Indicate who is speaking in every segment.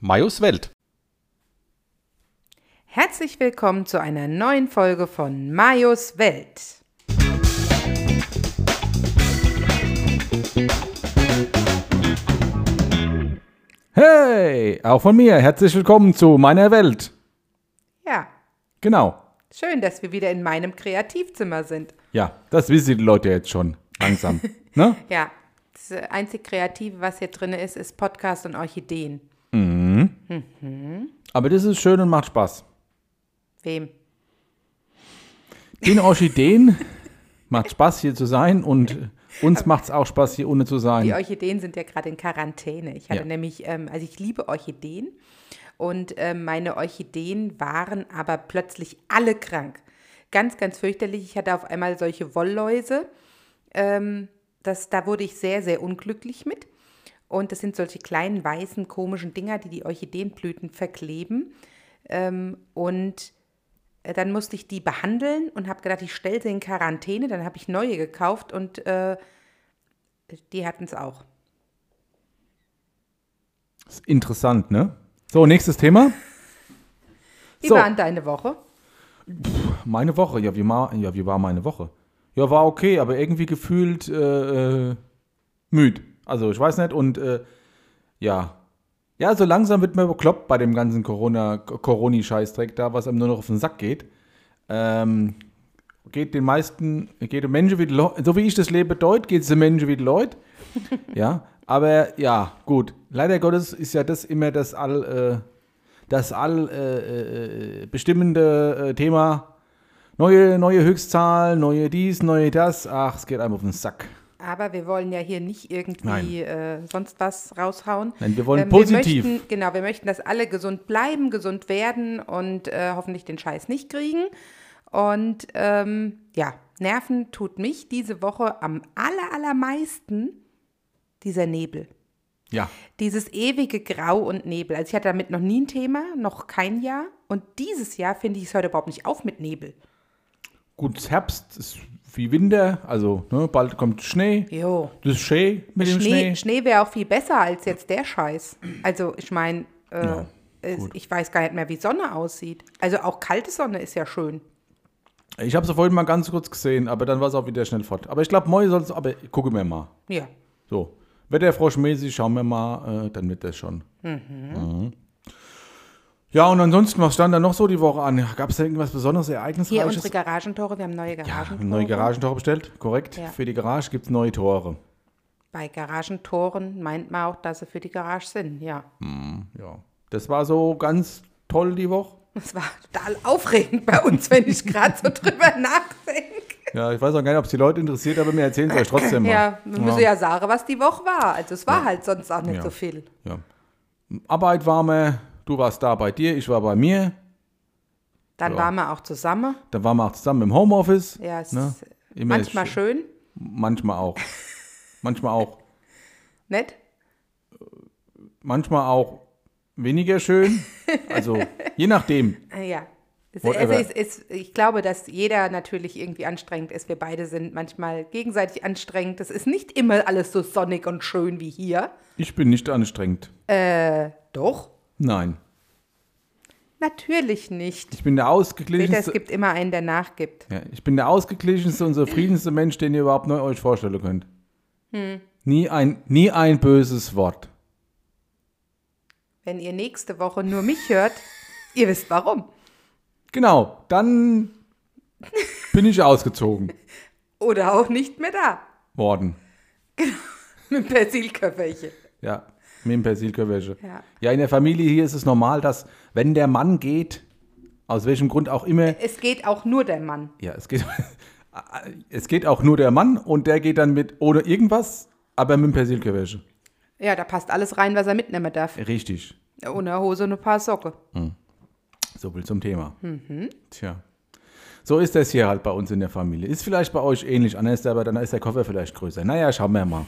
Speaker 1: Majos Welt.
Speaker 2: Herzlich willkommen zu einer neuen Folge von Majos Welt.
Speaker 1: Hey, auch von mir. Herzlich willkommen zu meiner Welt.
Speaker 2: Ja,
Speaker 1: Genau.
Speaker 2: schön, dass wir wieder in meinem Kreativzimmer sind.
Speaker 1: Ja, das wissen die Leute jetzt schon. Langsam. ne?
Speaker 2: Ja, das äh, einzig Kreative, was hier drin ist, ist Podcast und Orchideen.
Speaker 1: Aber das ist schön und macht Spaß.
Speaker 2: Wem?
Speaker 1: Den Orchideen macht Spaß, hier zu sein und uns macht es auch Spaß, hier ohne zu sein.
Speaker 2: Die Orchideen sind ja gerade in Quarantäne. Ich hatte
Speaker 1: Mhm. Ja.
Speaker 2: nämlich, ähm, also ich liebe Orchideen und ähm, meine Orchideen waren aber plötzlich alle krank. Ganz, ganz fürchterlich. Ich hatte auf einmal solche Wollläuse. Ähm, das, da wurde ich sehr, sehr unglücklich mit. Und das sind solche kleinen, weißen, komischen Dinger, die die Orchideenblüten verkleben. Ähm, und äh, dann musste ich die behandeln und habe gedacht, ich stelle sie in Quarantäne. Dann habe ich neue gekauft und äh, die hatten es auch.
Speaker 1: Ist interessant, ne? So, nächstes Thema.
Speaker 2: Wie
Speaker 1: So.
Speaker 2: war denn deine Woche?
Speaker 1: Meine Woche. Ja, wie, ma ja, wie war meine Woche? Ja, war okay, aber irgendwie gefühlt äh, äh, müde. Also, ich weiß nicht. Und äh, ja. Ja, so langsam wird mir bekloppt bei dem ganzen corona coroni scheißdreck da, was einem nur noch auf den Sack geht. Ähm, geht den meisten, geht dem Menschen wie die Leute, so wie ich das lebe, deut, geht es den Menschen wie die Leute. ja, aber ja, gut. Leider Gottes ist ja das immer das all, äh, das all äh, äh, bestimmende äh, Thema. Neue, neue Höchstzahl, neue dies, neue das. Ach, es geht einem auf den Sack.
Speaker 2: Aber wir wollen ja hier nicht irgendwie äh, sonst was raushauen. Ähm,
Speaker 1: Nein, wir wollen positiv.
Speaker 2: Wir möchten, genau, wir möchten, dass alle gesund bleiben, gesund werden und äh, hoffentlich den Scheiß nicht kriegen. Und ähm, ja, Nerven tut mich diese Woche am aller, allermeisten dieser Nebel.
Speaker 1: Ja.
Speaker 2: Dieses ewige Grau und Nebel. Also ich hatte damit noch nie ein Thema, noch kein Jahr. Und dieses Jahr finde ich es heute überhaupt nicht auf mit Nebel.
Speaker 1: Gut, es Herbst ist wie Winter, also ne, bald kommt Schnee.
Speaker 2: Jo.
Speaker 1: Das ist schön mit dem
Speaker 2: Schnee,
Speaker 1: Schnee.
Speaker 2: Schnee wäre auch viel besser als jetzt der Scheiß. Also ich meine, äh,
Speaker 1: Ja,
Speaker 2: es-
Speaker 1: gut.
Speaker 2: ich weiß gar nicht mehr, wie Sonne aussieht. Also auch kalte Sonne ist ja schön.
Speaker 1: Ich habe es vorhin mal ganz kurz gesehen, aber dann war es auch wieder schnell fort. Aber ich glaube, morgen soll es, aber gucke mir mal.
Speaker 2: Ja.
Speaker 1: So, Wetterfroschmäßig schauen wir mal, äh, dann wird das schon. Mhm. Ja, und ansonsten, was stand da noch so die Woche an? Gab es da irgendwas besonderes,
Speaker 2: Hier
Speaker 1: Ereignisreiches?
Speaker 2: unsere Garagentore, wir haben neue
Speaker 1: ja,
Speaker 2: Garagentore.
Speaker 1: neue Garagentore bestellt, korrekt.
Speaker 2: Ja.
Speaker 1: Für die Garage gibt es neue Tore.
Speaker 2: Bei Garagentoren meint man auch, dass sie für die Garage sind, ja.
Speaker 1: Ja. Das war so ganz toll die Woche.
Speaker 2: Das war total aufregend bei uns, wenn ich gerade so drüber nachdenke.
Speaker 1: Ja, ich weiß auch gar nicht, ob es die Leute interessiert, aber mir erzählen es euch trotzdem mal.
Speaker 2: Ja, wir müssen ja sagen, was die Woche war. Also es war halt sonst auch nicht
Speaker 1: Ja.
Speaker 2: so viel.
Speaker 1: Ja. Arbeit war mir, du warst da bei dir, ich war bei mir.
Speaker 2: Dann
Speaker 1: Ja.
Speaker 2: waren wir auch zusammen.
Speaker 1: Dann waren wir auch zusammen im Homeoffice.
Speaker 2: Ja, es
Speaker 1: Ne?
Speaker 2: ist
Speaker 1: Immer
Speaker 2: manchmal
Speaker 1: sch-
Speaker 2: schön,
Speaker 1: Manchmal auch. manchmal auch.
Speaker 2: nett.
Speaker 1: Manchmal auch weniger schön. Also je nachdem.
Speaker 2: Äh, Ja. Es,
Speaker 1: Whatever.
Speaker 2: also es, es, ich glaube, dass jeder natürlich irgendwie anstrengend ist. Wir beide sind manchmal gegenseitig anstrengend. Das ist nicht immer alles so sonnig und schön wie hier.
Speaker 1: Ich bin nicht anstrengend.
Speaker 2: Doch.
Speaker 1: Nein.
Speaker 2: Natürlich nicht.
Speaker 1: Ich bin der
Speaker 2: Peter, es
Speaker 1: ausgeglichenste.
Speaker 2: gibt immer einen, der nachgibt.
Speaker 1: Ja, ich bin der ausgeglichenste und zufriedenste Mensch, den ihr überhaupt neu euch vorstellen könnt. Nie, ein, nie ein böses Wort.
Speaker 2: Wenn ihr nächste Woche nur mich hört, ihr wisst warum.
Speaker 1: Genau, dann bin ich ausgezogen
Speaker 2: Oder auch nicht mehr da.
Speaker 1: worden.
Speaker 2: Mit Persilköfferchen.
Speaker 1: Ja, mit dem Persilköpfwäsche.
Speaker 2: Ja.
Speaker 1: ja, in der Familie hier ist es normal, dass wenn der Mann geht, aus welchem Grund auch immer,
Speaker 2: Es geht auch nur der Mann.
Speaker 1: Ja, es geht, es geht auch nur der Mann und der geht dann mit ohne irgendwas, aber mit dem Persilgewäsche.
Speaker 2: Ja, da passt alles rein, was er mitnehmen darf.
Speaker 1: Richtig.
Speaker 2: Ohne Hose und ein paar Socken.
Speaker 1: So viel zum Thema.
Speaker 2: Mhm.
Speaker 1: Tja. So ist das hier halt bei uns in der Familie. Ist vielleicht bei euch ähnlich anders, aber dann ist der Koffer vielleicht größer. Naja, schauen wir mal.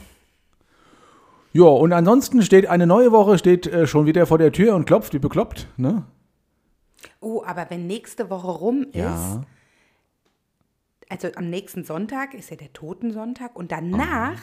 Speaker 1: Ja, und ansonsten steht eine neue Woche steht äh, schon wieder vor der Tür und klopft wie bekloppt, ne?
Speaker 2: Oh, aber wenn nächste Woche rum ist, also am nächsten Sonntag ist ja der Totensonntag und danach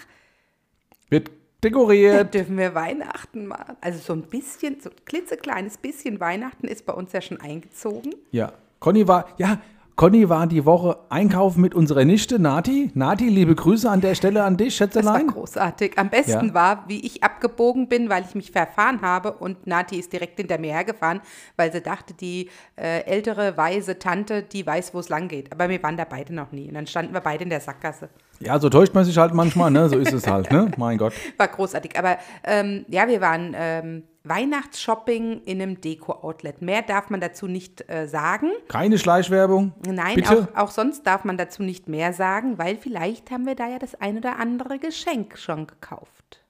Speaker 1: Wird
Speaker 2: Da
Speaker 1: dekoriert.
Speaker 2: dürfen wir Weihnachten machen. Also so ein bisschen, so ein klitzekleines bisschen Weihnachten ist bei uns ja schon eingezogen.
Speaker 1: Ja. Conny war, ja, Conny war die Woche einkaufen mit unserer Nichte Nati. Nati, liebe Grüße an der Stelle an dich,
Speaker 2: Das war
Speaker 1: Schätzelein.
Speaker 2: großartig. Am besten
Speaker 1: Ja.
Speaker 2: war, wie ich abgebogen bin, weil ich mich verfahren habe und Nati ist direkt hinter mir hergefahren, weil sie dachte, die äh, ältere, weise Tante, die weiß, wo es lang geht. Aber wir waren da beide noch nie. Und dann standen wir beide in der Sackgasse.
Speaker 1: Ja, so täuscht man sich halt manchmal, ne? So ist es halt, ne? Mein Gott.
Speaker 2: War großartig. Aber ähm, ja, wir waren ähm, Weihnachtsshopping in einem Deko-Outlet. Mehr darf man dazu nicht äh, sagen.
Speaker 1: Keine Schleichwerbung.
Speaker 2: Nein,
Speaker 1: Bitte?
Speaker 2: auch, auch sonst darf man dazu nicht mehr sagen, weil vielleicht haben wir da ja das ein oder andere Geschenk schon gekauft.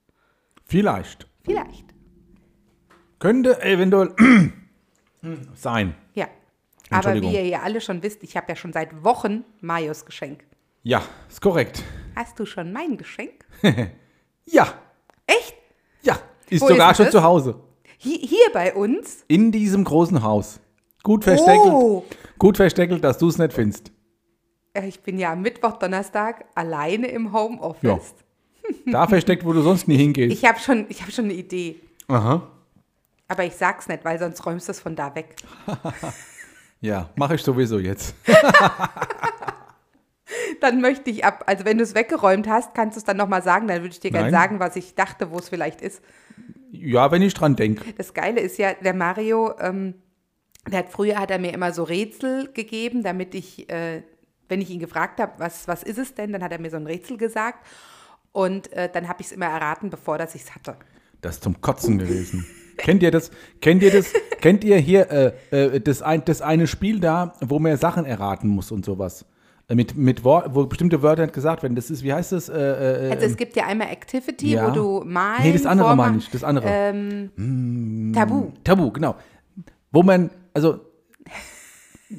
Speaker 1: Vielleicht.
Speaker 2: Vielleicht.
Speaker 1: Könnte eventuell sein.
Speaker 2: Ja. Aber wie
Speaker 1: Entschuldigung.
Speaker 2: ihr ja alle schon wisst, ich habe ja schon seit Wochen Marios Geschenk.
Speaker 1: Ja, ist korrekt.
Speaker 2: Hast du schon mein Geschenk?
Speaker 1: Ja,
Speaker 2: Echt?
Speaker 1: ja. Ist
Speaker 2: Wo
Speaker 1: sogar
Speaker 2: ist
Speaker 1: schon
Speaker 2: es?
Speaker 1: zu Hause.
Speaker 2: Hier, hier bei uns?
Speaker 1: In diesem großen Haus. Gut versteckelt.
Speaker 2: Oh.
Speaker 1: Gut versteckelt, dass du es nicht findest.
Speaker 2: Äh, Ich bin ja am Mittwoch, Donnerstag alleine im Homeoffice.
Speaker 1: Ja. Da versteckt, wo du sonst nie hingehst.
Speaker 2: Ich habe schon, ich hab schon eine Idee.
Speaker 1: Aha.
Speaker 2: Aber ich sag's nicht, weil sonst räumst du es von da weg.
Speaker 1: Ja, mache ich sowieso jetzt.
Speaker 2: Dann möchte ich ab, also wenn du es weggeräumt hast, kannst du es dann nochmal sagen, dann würde ich dir gerne
Speaker 1: Nein.
Speaker 2: sagen, was ich dachte, wo es vielleicht ist.
Speaker 1: Ja, wenn ich dran denke.
Speaker 2: Das Geile ist ja, der Mario, ähm, der hat früher hat er mir immer so Rätsel gegeben, damit ich, äh, wenn ich ihn gefragt habe, was, was ist es denn, dann hat er mir so ein Rätsel gesagt. Und äh, dann habe ich es immer erraten, bevor dass ich es hatte.
Speaker 1: Das ist zum Kotzen gewesen. kennt ihr das? Kennt ihr das? kennt ihr hier äh, äh, das, ein, das eine Spiel da, wo man Sachen erraten muss und sowas? Äh, Mit, mit Wort, wo bestimmte Wörter nicht gesagt werden. Das ist, wie heißt das? Äh, äh,
Speaker 2: Also es gibt ja einmal Activity,
Speaker 1: ja.
Speaker 2: wo du malen,
Speaker 1: nee, das andere
Speaker 2: vormachen-
Speaker 1: meine ich. Das andere. Mm.
Speaker 2: Ähm, Tabu.
Speaker 1: Tabu, genau. Wo man, also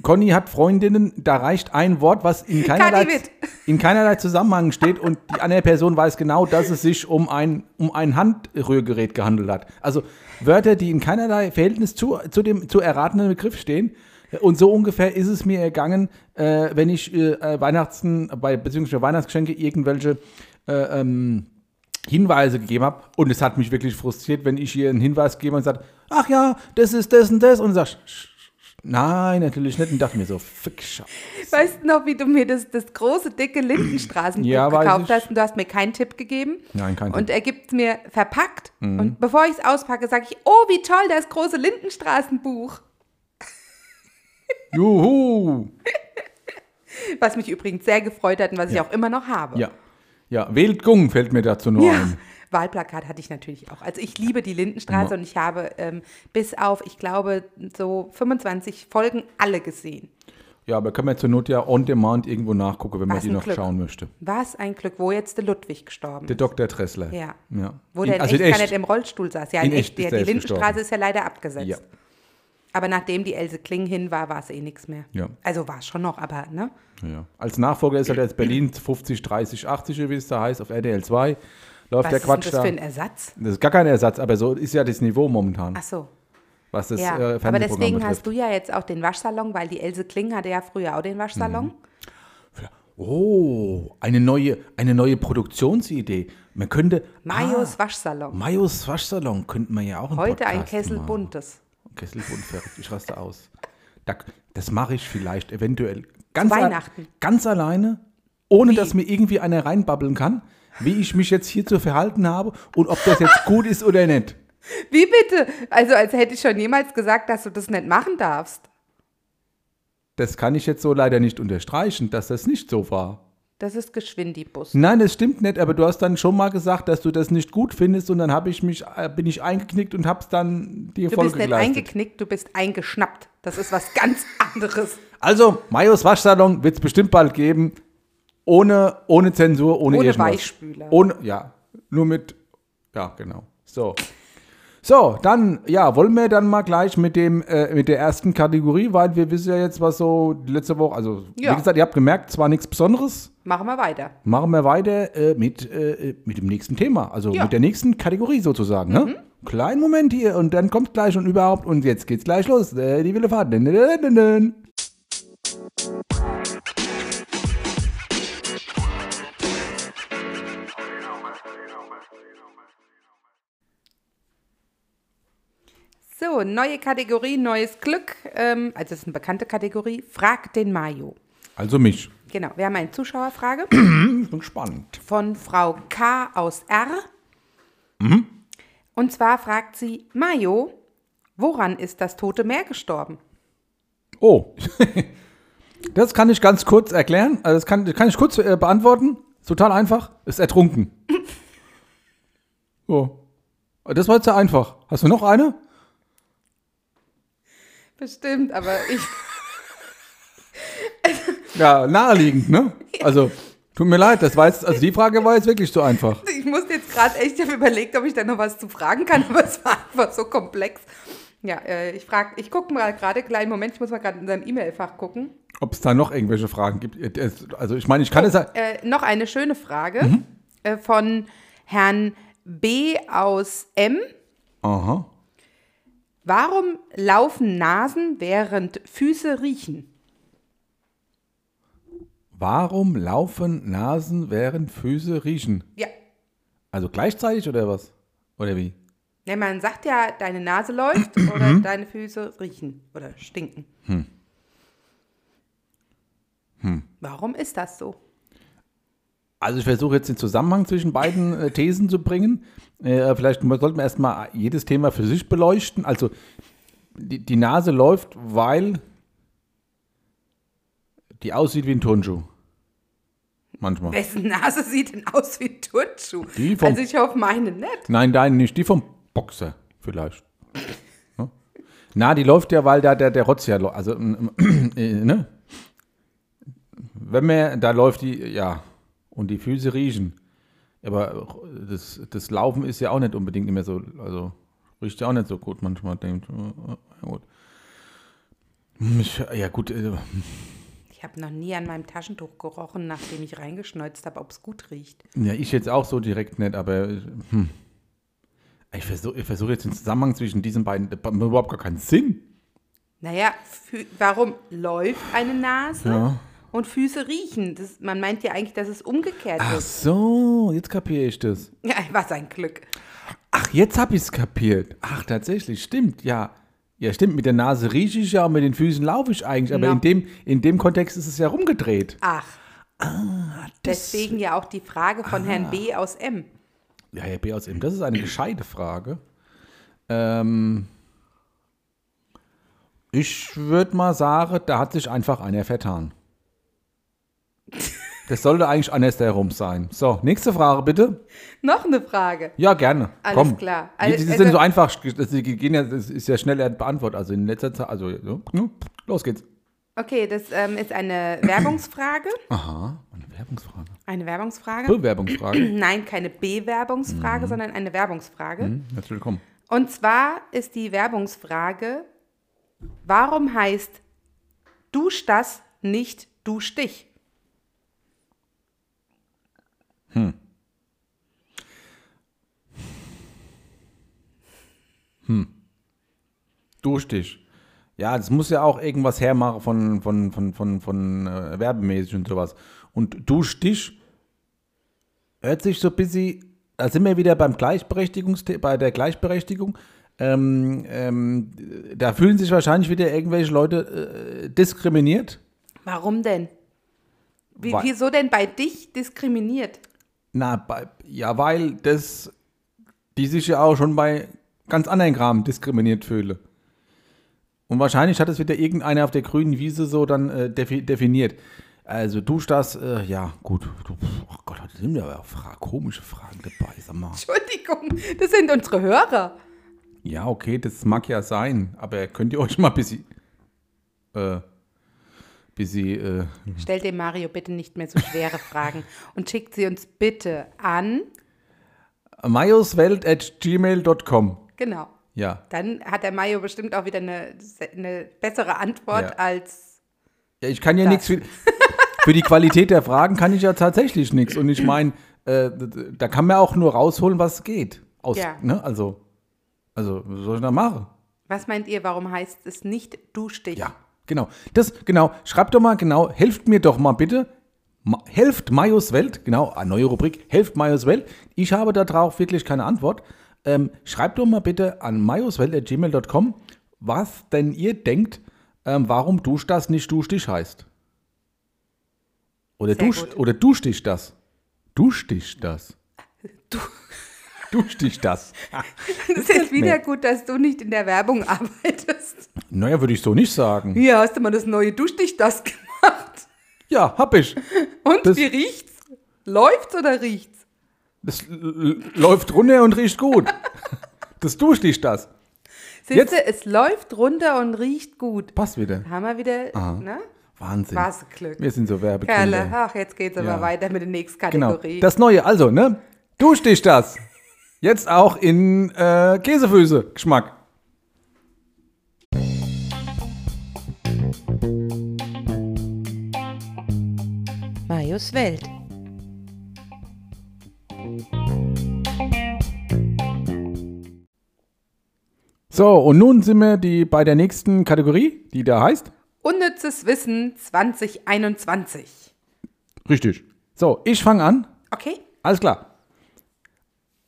Speaker 1: Conny hat Freundinnen, da reicht ein Wort, was in keinerlei,
Speaker 2: Conny Witt.
Speaker 1: in keinerlei Zusammenhang steht und die andere Person weiß genau, dass es sich um ein, um ein Handrührgerät gehandelt hat. Also Wörter, die in keinerlei Verhältnis zu, zu dem zu erratenen Begriff stehen. Und so ungefähr ist es mir ergangen, äh, wenn ich äh, äh, Weihnachten, bei, beziehungsweise Weihnachtsgeschenke irgendwelche äh, ähm, Hinweise gegeben habe und es hat mich wirklich frustriert, wenn ich ihr einen Hinweis gebe und sagt, ach ja, das ist das und das und sag, "Sch- sch- sch- nein, natürlich nicht und dachte mir so, fick Scheiße.
Speaker 2: Weißt du noch, wie du mir das, das große, dicke Lindenstraßenbuch
Speaker 1: Ja, weiß
Speaker 2: gekauft
Speaker 1: ich.
Speaker 2: hast und du hast mir keinen Tipp gegeben?
Speaker 1: Nein, keinen
Speaker 2: Und
Speaker 1: Tipp. Mhm.
Speaker 2: er gibt es mir verpackt. Und bevor ich es auspacke, sage ich, oh, wie toll, das große Lindenstraßenbuch.
Speaker 1: Juhu!
Speaker 2: Was mich übrigens sehr gefreut hat und was ich auch immer noch habe.
Speaker 1: Ja, ja, wählt Gung fällt mir dazu nur
Speaker 2: Ja,
Speaker 1: ein.
Speaker 2: Wahlplakat hatte ich natürlich auch. Also ich liebe die Lindenstraße und ich habe ähm, bis auf, ich glaube, so 25 Folgen alle gesehen.
Speaker 1: Ja, aber können wir zur Not ja on demand irgendwo nachgucken, wenn man
Speaker 2: Was
Speaker 1: die
Speaker 2: ein
Speaker 1: noch
Speaker 2: Glück.
Speaker 1: schauen möchte.
Speaker 2: Was ein Glück, wo jetzt der Ludwig gestorben
Speaker 1: Der
Speaker 2: ist.
Speaker 1: Dr. Tressler.
Speaker 2: Ja.
Speaker 1: ja.
Speaker 2: Wo
Speaker 1: In-
Speaker 2: der in
Speaker 1: also
Speaker 2: echt,
Speaker 1: in
Speaker 2: gar nicht
Speaker 1: echt.
Speaker 2: im Rollstuhl saß. Ja,
Speaker 1: In
Speaker 2: in,
Speaker 1: echt ist
Speaker 2: echt. der,
Speaker 1: der
Speaker 2: die
Speaker 1: jetzt
Speaker 2: Lindenstraße
Speaker 1: gestorben.
Speaker 2: ist ja leider abgesetzt.
Speaker 1: Ja.
Speaker 2: Aber nachdem die Else Kling hin war, war es eh nichts mehr.
Speaker 1: Ja.
Speaker 2: Also war es schon noch, aber ne?
Speaker 1: Ja. Als Nachfolger ist halt jetzt Berlin 50, 30, 80, wie es da heißt, auf RDL 2. Läuft
Speaker 2: Was
Speaker 1: der
Speaker 2: ist denn
Speaker 1: Quatsch
Speaker 2: das
Speaker 1: da.
Speaker 2: für ein Ersatz?
Speaker 1: Das ist gar kein Ersatz, aber so ist ja das Niveau momentan,
Speaker 2: Ach so.
Speaker 1: was das
Speaker 2: Ja,
Speaker 1: äh,
Speaker 2: aber
Speaker 1: Fernsehprogramm
Speaker 2: deswegen
Speaker 1: betrifft.
Speaker 2: hast du ja jetzt auch den Waschsalon, weil die Else Kling hatte ja früher auch den Waschsalon.
Speaker 1: Mhm. Oh, eine neue, eine neue Produktionsidee. Man könnte.
Speaker 2: Marios
Speaker 1: ah,
Speaker 2: Waschsalon.
Speaker 1: Mayos Waschsalon könnten wir ja auch einen
Speaker 2: Heute ein
Speaker 1: Podcast
Speaker 2: Kessel
Speaker 1: machen.
Speaker 2: buntes.
Speaker 1: Kessel bunt, verrückt. Ich raste aus. Da, das mache ich vielleicht, eventuell. Ganz
Speaker 2: Zu
Speaker 1: al-
Speaker 2: Weihnachten.
Speaker 1: Ganz alleine, ohne
Speaker 2: Wie?
Speaker 1: dass mir irgendwie einer reinbabbeln kann, wie ich mich jetzt hier zu verhalten habe und ob das jetzt gut ist oder nicht.
Speaker 2: Wie bitte? Also als hätte ich schon jemals gesagt, dass du das nicht machen darfst.
Speaker 1: Das kann ich jetzt so leider nicht unterstreichen, dass das nicht so war.
Speaker 2: Das ist Geschwindibus.
Speaker 1: Nein, das stimmt nicht, aber du hast dann schon mal gesagt, dass du das nicht gut findest und dann habe ich mich, äh, bin ich eingeknickt und hab's dann dir
Speaker 2: Du
Speaker 1: Folge
Speaker 2: bist nicht
Speaker 1: geleistet.
Speaker 2: eingeknickt, du bist eingeschnappt. Das ist was ganz anderes.
Speaker 1: Also, Majos Waschsalon wird es bestimmt bald geben. Ohne, ohne Zensur, ohne,
Speaker 2: Ohne
Speaker 1: irgendwas.
Speaker 2: Weichspüler.
Speaker 1: Ohne, ja, nur mit, ja, genau. So. So, dann, ja, wollen wir dann mal gleich mit dem, äh, mit der ersten Kategorie, weil wir wissen ja jetzt, was so die letzte Woche, also,
Speaker 2: Ja.
Speaker 1: wie gesagt, ihr habt gemerkt, zwar nichts Besonderes,
Speaker 2: Machen wir weiter.
Speaker 1: machen wir weiter äh, mit, äh, mit dem nächsten Thema, also
Speaker 2: Ja. Mhm.
Speaker 1: mit der nächsten Kategorie sozusagen. Ne? Kleinen Moment hier und dann kommt gleich und überhaupt und jetzt geht's gleich los. Äh, die Wille fahren. Dun, dun, dun, dun.
Speaker 2: So, neue Kategorie, neues Glück. Ähm, also es ist eine bekannte Kategorie. Frag den Mayo.
Speaker 1: Also mich.
Speaker 2: Genau, wir haben eine Zuschauerfrage
Speaker 1: Ich bin gespannt.
Speaker 2: von Frau K. aus R. Und zwar fragt sie, Mayo, woran ist das Tote Meer gestorben?
Speaker 1: Oh. Das kann ich ganz kurz erklären. Also das kann, das kann ich kurz äh, beantworten. Ist total einfach. Ist ertrunken. So. Das war jetzt sehr einfach. Hast du noch eine?
Speaker 2: Bestimmt, aber ich...
Speaker 1: Ja, naheliegend, ne? Also, tut mir leid, das war jetzt, also die Frage war jetzt wirklich so einfach.
Speaker 2: Ich musste jetzt gerade echt hab überlegt, ob ich da noch was zu fragen kann, aber es war einfach so komplex. Ja, äh, ich frage, ich gucke mal gerade, kleinen Moment, ich muss mal gerade in seinem E-Mail-Fach gucken.
Speaker 1: Ob es da noch irgendwelche Fragen gibt. Äh, Also, ich meine, ich kann es ja.
Speaker 2: Äh, noch eine schöne Frage
Speaker 1: Mhm.
Speaker 2: äh, von Herrn B. aus M.
Speaker 1: Aha.
Speaker 2: Warum laufen Nasen, während Füße riechen?
Speaker 1: Warum laufen Nasen, während Füße riechen?
Speaker 2: Ja,
Speaker 1: Also gleichzeitig oder was? Oder wie?
Speaker 2: ne, man sagt ja, deine Nase läuft
Speaker 1: Mhm.
Speaker 2: oder deine Füße riechen oder stinken.
Speaker 1: Hm.
Speaker 2: Warum ist das so?
Speaker 1: Also ich versuche jetzt den Zusammenhang zwischen beiden äh, Thesen zu bringen. Äh, vielleicht mo- sollten wir erstmal jedes Thema für sich beleuchten. Also die, die Nase läuft, weil die aussieht wie ein Turnschuh. Manchmal.
Speaker 2: Wessen Nase sieht denn aus wie ein Turnschuh?
Speaker 1: Die vom-
Speaker 2: also ich hoffe meine nicht.
Speaker 1: Nein, deine nicht. Die vom Boxer vielleicht. Ne? Na, die läuft ja, weil da der, der Rotz ja läuft. Also, ähm, äh, ne? Wenn man, da läuft die, ja. Und die Füße riechen. Aber das, das Laufen ist ja auch nicht unbedingt immer so, also riecht ja auch nicht so gut manchmal. Denkt, äh, ja gut. Ich- Ja gut, äh,
Speaker 2: Ich habe noch nie an meinem Taschentuch gerochen, nachdem ich reingeschneuzt habe, ob es gut riecht.
Speaker 1: Ja, ich jetzt auch so direkt nicht, aber hm. ich versuche ich versuch jetzt den Zusammenhang zwischen diesen beiden, das macht überhaupt gar keinen Sinn.
Speaker 2: Naja, fü- warum läuft eine Nase
Speaker 1: Ja.
Speaker 2: und Füße riechen? Das, man meint ja eigentlich, dass es umgekehrt
Speaker 1: Ach
Speaker 2: ist.
Speaker 1: so, jetzt kapiere ich das.
Speaker 2: Ja, was ein Glück.
Speaker 1: Ach, jetzt hab ich's kapiert. Ach, tatsächlich, stimmt, ja. Ja, stimmt, mit der Nase rieche ich ja und mit den Füßen laufe ich eigentlich, aber
Speaker 2: Ja.
Speaker 1: in, dem, in dem Kontext ist es ja rumgedreht.
Speaker 2: Ach. Deswegen ja auch die Frage von
Speaker 1: Ah.
Speaker 2: Herrn B. aus M.
Speaker 1: Ja, Herr B. aus M, das ist eine gescheite Frage. Ähm, ich würde mal sagen, da hat sich einfach einer vertan. Das sollte eigentlich andersherum sein. So, nächste Frage bitte.
Speaker 2: Noch eine Frage.
Speaker 1: Ja, gerne.
Speaker 2: Alles
Speaker 1: Komm.
Speaker 2: klar.
Speaker 1: Die, die
Speaker 2: Also-
Speaker 1: sind so einfach, das die gehen ja, das ist ja schnell beantwortet. Also in letzter Zeit, also so, ne? los geht's.
Speaker 2: Okay, das ähm, ist eine Werbungsfrage.
Speaker 1: Aha, eine Werbungsfrage.
Speaker 2: Eine Werbungsfrage.
Speaker 1: Bewerbungsfrage.
Speaker 2: Nein, keine Bewerbungsfrage,
Speaker 1: Mhm.
Speaker 2: sondern eine Werbungsfrage.
Speaker 1: Hm, Herzlich willkommen.
Speaker 2: Und zwar ist die Werbungsfrage, warum heißt dusch das nicht dusch dich?
Speaker 1: Durch dich. Ja, das muss ja auch irgendwas hermachen von, von, von, von, von äh, werbemäßig und sowas. Und durch dich hört sich so ein bisschen, da sind wir wieder beim Gleichberechtigungsthema, bei der Gleichberechtigung. Ähm, ähm, da fühlen sich wahrscheinlich wieder irgendwelche Leute äh, diskriminiert.
Speaker 2: Warum denn? Wie,
Speaker 1: Weil-
Speaker 2: wieso denn bei dich diskriminiert?
Speaker 1: Na, bei, ja, weil das, die sich ja auch schon bei ganz anderen Kram diskriminiert fühle. Und wahrscheinlich hat es wieder irgendeiner auf der grünen Wiese so dann äh, defi definiert. Also du das, äh, ja, gut. Du, pf, oh Gott, heute sind ja aber auch Fra komische Fragen dabei, sag mal.
Speaker 2: Entschuldigung, das sind unsere Hörer.
Speaker 1: Ja, okay, das mag ja sein, aber könnt ihr euch mal ein bisschen, äh, bisschen, äh,
Speaker 2: Stellt dem Mario bitte nicht mehr so schwere Fragen und schickt sie uns bitte an.
Speaker 1: majoswelt äh, at gmail.com.
Speaker 2: Genau.
Speaker 1: Ja,
Speaker 2: Dann hat der Mario bestimmt auch wieder eine, eine bessere Antwort
Speaker 1: Ja.
Speaker 2: als.
Speaker 1: Ja, ich kann ja
Speaker 2: Das.
Speaker 1: nichts für, für die Qualität der Fragen kann ich ja tatsächlich nichts. Und ich meine, äh, d- d- da kann man auch nur rausholen, was geht. Aus,
Speaker 2: Ja.
Speaker 1: ne? Also, also, was soll ich da machen?
Speaker 2: Was meint ihr, warum heißt es nicht dusch dich?
Speaker 1: Ja, genau. Das, genau. Schreibt doch mal, genau, helft mir doch mal bitte. Ma, helft Majos Welt, genau, eine neue Rubrik, helft Majos Welt. Ich habe darauf wirklich keine Antwort. Ähm, schreibt doch mal bitte an majuswelt.gmail.com, was denn ihr denkt, ähm, warum dusch das nicht dusch dich heißt. Oder,
Speaker 2: Sehr
Speaker 1: dusch,
Speaker 2: gut.
Speaker 1: oder dusch dich das. Dusch dich das.
Speaker 2: Du,
Speaker 1: Dusch dich das.
Speaker 2: das ist jetzt wieder gut, dass du nicht in der Werbung arbeitest.
Speaker 1: Naja, würde ich so nicht sagen.
Speaker 2: Hier hast du mal das neue Duschdicht das gemacht.
Speaker 1: Ja, hab ich.
Speaker 2: Und
Speaker 1: Das-
Speaker 2: wie riecht's? Läuft's oder riecht's?
Speaker 1: Das l- l- läuft runter und riecht gut. Das dusch dich das.
Speaker 2: Siehst du, es läuft runter und riecht gut.
Speaker 1: Passt wieder.
Speaker 2: Haben wir wieder, ne?
Speaker 1: Wahnsinn.
Speaker 2: Was Glück.
Speaker 1: Wir sind so
Speaker 2: Kerle,
Speaker 1: Werbekinder.
Speaker 2: ach, jetzt geht's aber
Speaker 1: Ja.
Speaker 2: weiter mit der nächsten
Speaker 1: Genau.
Speaker 2: Kategorie.
Speaker 1: Das Neue, also, ne? Dusch dich das. Jetzt auch in äh, Käsefüße Geschmack.
Speaker 2: Marius Welt.
Speaker 1: So, und nun sind wir die, bei der nächsten Kategorie, die da heißt.
Speaker 2: Unnützes Wissen 2021.
Speaker 1: Richtig. So, ich fange an.
Speaker 2: Okay?
Speaker 1: Alles klar.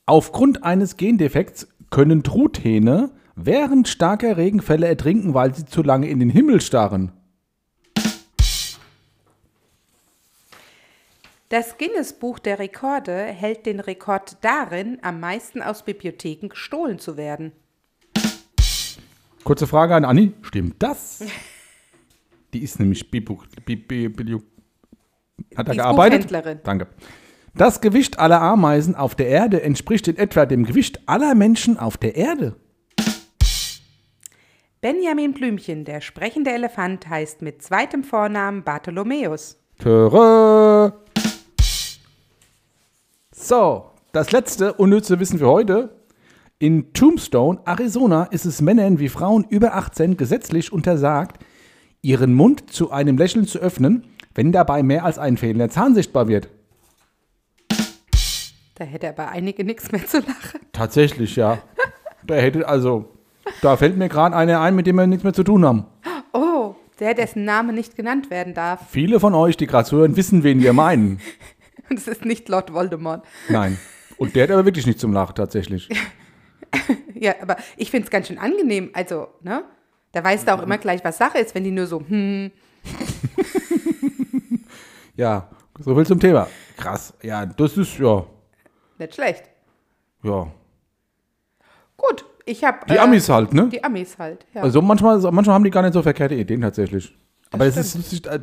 Speaker 1: Aufgrund eines Gendefekts können Truthähne während starker Regenfälle ertrinken, weil sie zu lange in den Himmel starren.
Speaker 2: Das Guinness-Buch der Rekorde hält den Rekord darin, am meisten aus Bibliotheken gestohlen zu werden.
Speaker 1: Kurze Frage an Anni. Stimmt das? Die ist nämlich Bibuk, Bib, Bib, Bibio- hat da
Speaker 2: Die ist
Speaker 1: gearbeitet.
Speaker 2: Buchhändlerin.
Speaker 1: Danke. Das Gewicht aller Ameisen auf der Erde entspricht in etwa dem Gewicht aller Menschen auf der Erde.
Speaker 2: Benjamin Blümchen, der sprechende Elefant, heißt mit zweitem Vornamen Bartholomäus.
Speaker 1: Töre. So, das letzte unnütze Wissen für heute. In Tombstone, Arizona, ist es Männern wie Frauen über 18 gesetzlich untersagt, ihren Mund zu einem Lächeln zu öffnen, wenn dabei mehr als ein fehlender Zahn sichtbar wird.
Speaker 2: Da hätte aber einige nichts mehr zu lachen.
Speaker 1: Tatsächlich, ja. Da hätte also, da fällt mir gerade einer ein, mit dem wir nichts mehr zu tun haben.
Speaker 2: Oh, der, dessen Name nicht genannt werden darf.
Speaker 1: Viele von euch, die gerade hören, wissen, wen wir meinen.
Speaker 2: Und es ist nicht Lord Voldemort.
Speaker 1: Nein. Und der hat aber wirklich nicht zum Lachen, tatsächlich.
Speaker 2: Ja, aber ich finde es ganz schön angenehm. Also, ne? Da weißt du auch immer gleich, was Sache ist, wenn die nur so, hm,
Speaker 1: Ja, so viel zum Thema. Krass. Ja, das ist ja,
Speaker 2: nicht schlecht.
Speaker 1: ja.
Speaker 2: Gut, ich habe.
Speaker 1: Die Amis halt, ne?
Speaker 2: Äh, Die Amis halt, ja.
Speaker 1: Also manchmal, manchmal haben die gar nicht so verkehrte Ideen tatsächlich. Aber es ist lustig, äh,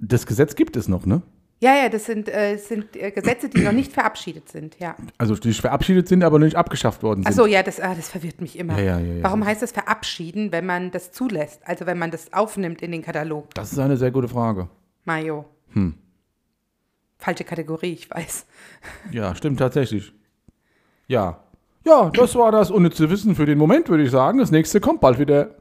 Speaker 1: das Gesetz gibt es noch, ne?
Speaker 2: ja, ja, das sind, äh, es sind äh, Gesetze, die noch nicht verabschiedet sind, ja.
Speaker 1: Also die verabschiedet sind, aber nicht abgeschafft worden sind.
Speaker 2: Achso, ja, das, ah, das verwirrt mich immer.
Speaker 1: Ja, ja, ja, ja.
Speaker 2: Warum heißt das verabschieden, wenn man das zulässt? Also, wenn man das aufnimmt in den Katalog?
Speaker 1: Das ist eine sehr gute Frage.
Speaker 2: Mayo. Hm. Falsche Kategorie, ich weiß.
Speaker 1: Ja, stimmt tatsächlich. Ja. Ja, das war das unnütze Wissen für den Moment, würde ich sagen. Das nächste kommt bald wieder.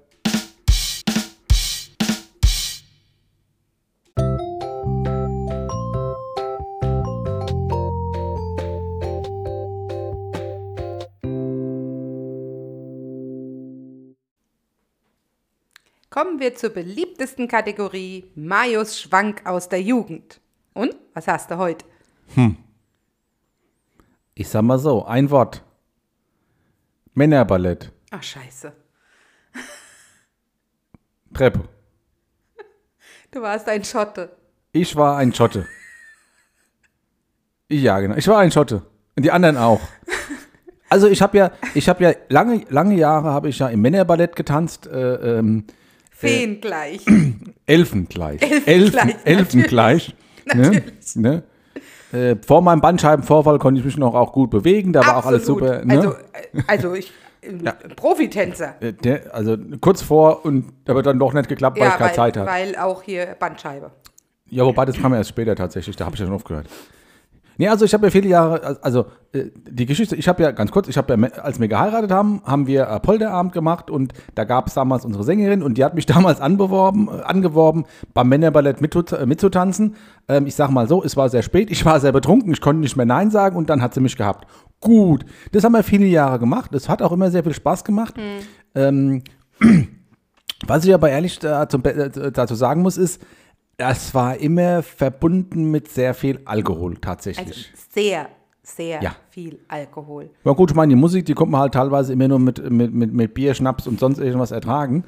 Speaker 2: Kommen wir zur beliebtesten Kategorie: Majos Schwank aus der Jugend. Und was hast du heute?
Speaker 1: Ich sag mal so, ein Wort. Männerballett.
Speaker 2: Ach, Ah, Scheiße.
Speaker 1: Treppe.
Speaker 2: Du warst ein Schotte.
Speaker 1: Ich war ein Schotte. Ja, genau. Ich war ein Schotte. Und die anderen auch. Also ich habe ja, ich habe ja lange, lange Jahre habe ich ja im Männerballett getanzt, äh, ähm,
Speaker 2: Feen gleich.
Speaker 1: Elfengleich.
Speaker 2: Elfengleich,
Speaker 1: Elfengleich. Ne? Ne? Äh, vor meinem Bandscheibenvorfall konnte ich mich noch auch gut bewegen, da war auch alles
Speaker 2: Absolut.
Speaker 1: super. Ne?
Speaker 2: Also, äh, also ich, ein Profitänzer.
Speaker 1: Äh, der, also kurz vor und aber dann doch nicht geklappt, weil ich keine
Speaker 2: weil,
Speaker 1: Zeit hatte.
Speaker 2: weil auch hier Bandscheibe.
Speaker 1: Ja, wobei das kam ja erst später tatsächlich, da habe ich ja schon aufgehört. Nee, also ich habe ja viele Jahre, also äh, die Geschichte, ich habe ja ganz kurz, ich habe ja, me- als wir geheiratet haben, haben wir äh, Polderabend gemacht und da gab es damals unsere Sängerin und die hat mich damals anbeworben, äh, angeworben, beim Männerballett mitzut äh, mitzutanzen. Ähm, ich sag mal so, es war sehr spät, ich war sehr betrunken, ich konnte nicht mehr Nein sagen und dann hat sie mich gehabt. Gut, das haben wir viele Jahre gemacht, das hat auch immer sehr viel Spaß gemacht. Ähm, was ich aber ehrlich dazu, äh, dazu sagen muss, ist, das war immer verbunden mit sehr viel Alkohol
Speaker 2: Also
Speaker 1: tatsächlich.
Speaker 2: sehr, sehr
Speaker 1: Ja.
Speaker 2: viel Alkohol.
Speaker 1: Ja gut, ich meine, die Musik, die kommt man halt teilweise immer nur mit, mit, mit, mit Bier, Schnaps und sonst irgendwas ertragen.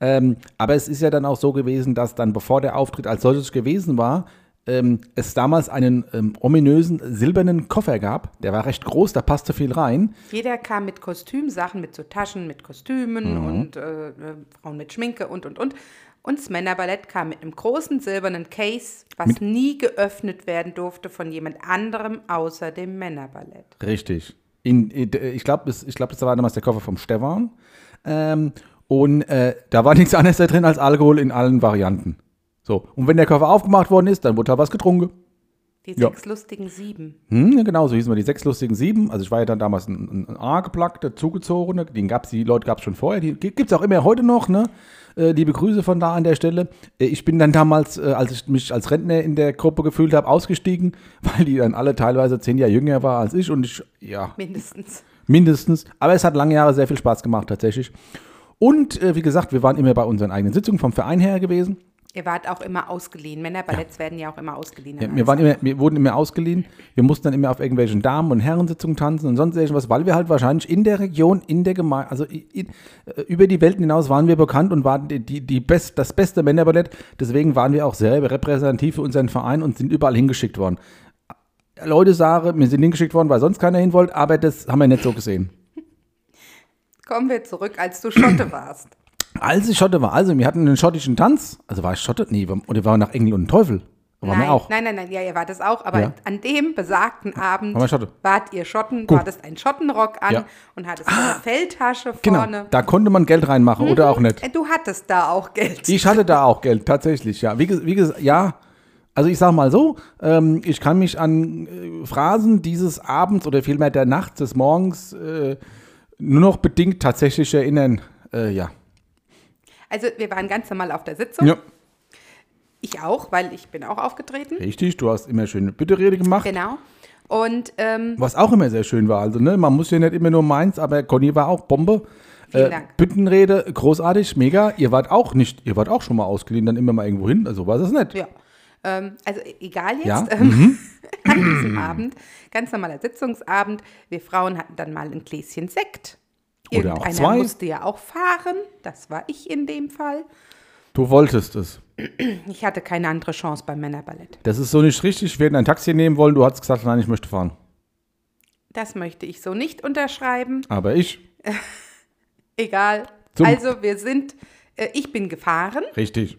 Speaker 1: Ähm, aber es ist ja dann auch so gewesen, dass dann, bevor der Auftritt als solches gewesen war, ähm, es damals einen ähm, ominösen silbernen Koffer gab. Der war recht groß, da passte viel rein.
Speaker 2: Jeder kam mit Kostümsachen, mit so Taschen, mit Kostümen
Speaker 1: Mhm.
Speaker 2: und äh, äh, Frauen mit Schminke und, und, und. Und das Männerballett kam mit einem großen silbernen Case, was nie geöffnet werden durfte von jemand anderem außer dem Männerballett.
Speaker 1: Richtig. In, in, ich glaube, ich glaub, das war damals der Koffer vom Stefan. Ähm, und äh, da war nichts anderes da drin als Alkohol in allen Varianten. So, und wenn der Koffer aufgemacht worden ist, dann wurde da was getrunken.
Speaker 2: Die
Speaker 1: Ja.
Speaker 2: sechs lustigen Sieben.
Speaker 1: Hm, ja, genau, so hießen wir die sechs lustigen sieben. Also ich war ja dann damals ein, ein- ein A-geplackter, zugezogener. Den gab's, die Leute gab's schon vorher. Die gibt es auch immer heute noch, ne? Äh, liebe Grüße von da an der Stelle. Äh, ich bin dann damals, äh, als ich mich als Rentner in der Gruppe gefühlt habe, ausgestiegen, weil die dann alle teilweise zehn Jahre jünger war als ich. Und ich, ja,
Speaker 2: Mindestens.
Speaker 1: mindestens. Aber es hat lange Jahre sehr viel Spaß gemacht, tatsächlich. Und äh, wie gesagt, wir waren immer bei unseren eigenen Sitzungen vom Verein her gewesen.
Speaker 2: Ihr wart auch immer ausgeliehen. Männerballetts werden ja auch immer ausgeliehen.
Speaker 1: Ja, wir, waren immer, wir wurden immer ausgeliehen. Wir mussten dann immer auf irgendwelchen Damen- und Herrensitzungen tanzen und sonst irgendwas, weil wir halt wahrscheinlich in der Region, in der Gemeinde, also i- i- äh, über die Welten hinaus waren wir bekannt und waren die, die, die best, das beste Männerballett. Deswegen waren wir auch sehr repräsentativ für unseren Verein und sind überall hingeschickt worden. Leute sagen, wir sind hingeschickt worden, weil sonst keiner hin wollte, aber das haben wir nicht so gesehen.
Speaker 2: Kommen wir zurück, als du Schotte warst.
Speaker 1: Als ich Schotte war, also wir hatten einen schottischen Tanz. Also war ich Schotte? Nee, wir- oder waren wir nach Engel und Teufel? Waren
Speaker 2: nein,
Speaker 1: wir auch.
Speaker 2: nein, nein, nein, ja, ihr wart es auch, aber
Speaker 1: Ja.
Speaker 2: an dem besagten Abend
Speaker 1: Waren wir Schotte?
Speaker 2: wart ihr Schotten,
Speaker 1: Gut.
Speaker 2: hattest einen Schottenrock an
Speaker 1: Ja. Ah.
Speaker 2: und hattest eine Feldtasche
Speaker 1: Genau,
Speaker 2: vorne.
Speaker 1: da konnte man Geld reinmachen oder auch nicht.
Speaker 2: Äh, Du hattest da auch Geld.
Speaker 1: Ich hatte da auch Geld, tatsächlich, ja. Wie, ge- wie gesagt, ja. Also ich sag mal so, ähm, ich kann mich an äh, Phrasen dieses Abends oder vielmehr der Nacht des Morgens äh, nur noch bedingt tatsächlich erinnern. Äh, ja.
Speaker 2: Also wir waren ganz normal auf der Sitzung. Ich auch, weil ich bin auch aufgetreten.
Speaker 1: Richtig, du hast immer schöne Bitterrede gemacht.
Speaker 2: Genau. Und ähm,
Speaker 1: Was auch immer sehr schön war. Also, ne, man muss ja nicht immer nur meins, aber Conny war auch Bombe.
Speaker 2: Vielen
Speaker 1: Äh,
Speaker 2: Dank.
Speaker 1: Büttenrede, großartig, mega. Ihr wart auch nicht, ihr wart auch schon mal ausgeliehen, dann immer mal irgendwo hin. Also war das nicht.
Speaker 2: ja. Ähm, also e- egal jetzt,
Speaker 1: Ja, mhm.
Speaker 2: ähm, an diesem Abend, ganz normaler Sitzungsabend. Wir Frauen hatten dann mal ein Gläschen Sekt.
Speaker 1: Oder auch
Speaker 2: Irgendeiner
Speaker 1: zwei.
Speaker 2: musste ja auch fahren. Das war ich in dem Fall.
Speaker 1: Du wolltest es.
Speaker 2: Ich hatte keine andere Chance beim Männerballett.
Speaker 1: Das ist so nicht richtig. Wir hätten ein Taxi nehmen wollen. Du hast gesagt, nein, ich möchte fahren.
Speaker 2: Das möchte ich so nicht unterschreiben.
Speaker 1: Aber ich,
Speaker 2: Egal.
Speaker 1: Zum-
Speaker 2: also wir sind, äh, ich bin gefahren.
Speaker 1: richtig.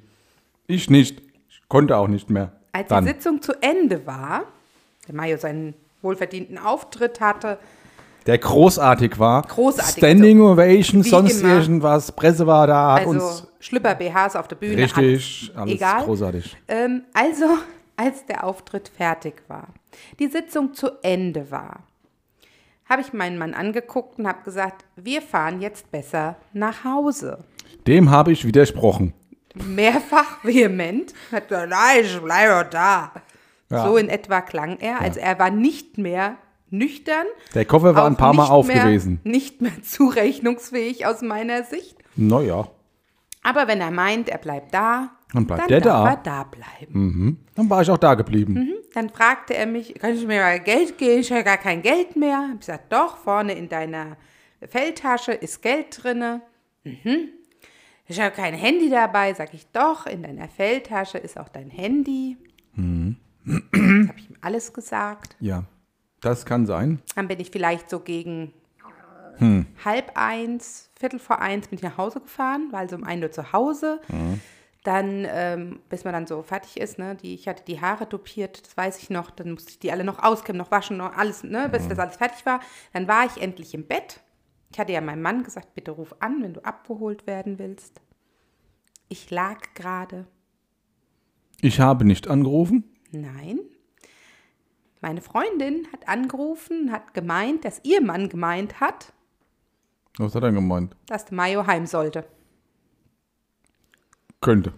Speaker 1: Ich nicht. Ich konnte auch nicht mehr.
Speaker 2: Als
Speaker 1: dann.
Speaker 2: die Sitzung zu Ende war, der Mayo seinen wohlverdienten Auftritt hatte,
Speaker 1: der großartig war.
Speaker 2: Großartig. also
Speaker 1: Standing Ovation,
Speaker 2: Wie
Speaker 1: sonst
Speaker 2: immer.
Speaker 1: irgendwas. Presse war da, hat
Speaker 2: also
Speaker 1: uns.
Speaker 2: Schlüpper BHs auf der Bühne.
Speaker 1: Richtig, alles
Speaker 2: egal.
Speaker 1: großartig.
Speaker 2: Ähm, also, als der Auftritt fertig war, die Sitzung zu Ende war, habe ich meinen Mann angeguckt und habe gesagt, wir fahren jetzt besser nach Hause.
Speaker 1: Dem habe ich widersprochen.
Speaker 2: mehrfach vehement. Hat gesagt, nein, ich bleibe da.
Speaker 1: Ja.
Speaker 2: So in etwa klang er. Also er war nicht mehr nüchtern.
Speaker 1: Der Koffer war
Speaker 2: auch
Speaker 1: ein paar Mal
Speaker 2: nicht
Speaker 1: auf
Speaker 2: mehr,
Speaker 1: gewesen.
Speaker 2: Nicht mehr zurechnungsfähig aus meiner Sicht.
Speaker 1: Naja,
Speaker 2: Aber wenn er meint, er bleibt da,
Speaker 1: Dann bleibt
Speaker 2: dann
Speaker 1: er
Speaker 2: darf
Speaker 1: da.
Speaker 2: er da bleiben.
Speaker 1: dann war ich auch da geblieben.
Speaker 2: Dann fragte er mich, kann ich mir mal Geld geben? Ich habe gar kein Geld mehr. Ich gesagt, doch, vorne in deiner Feldtasche ist Geld drinne. Mhm. Ich habe kein Handy dabei, sag ich doch, in deiner Feldtasche ist auch dein Handy. habe ich ihm alles gesagt.
Speaker 1: Ja, das kann sein.
Speaker 2: Dann bin ich vielleicht so gegen halb eins, viertel vor eins bin ich nach Hause gefahren, war also um ein Uhr zu Hause. Dann, ähm, bis man dann so fertig ist, ne, die, ich hatte die Haare dupiert, das weiß ich noch, dann musste ich die alle noch auskämmen, noch waschen, noch alles, ne, bis das alles fertig war. Dann war ich endlich im Bett. Ich hatte ja meinem Mann gesagt, bitte ruf an, wenn du abgeholt werden willst. Ich lag gerade.
Speaker 1: Ich habe nicht angerufen.
Speaker 2: Nein. Meine Freundin hat angerufen, hat gemeint, dass ihr Mann gemeint hat,
Speaker 1: Was hat er gemeint?
Speaker 2: dass der Mayo heim sollte.
Speaker 1: Könnte.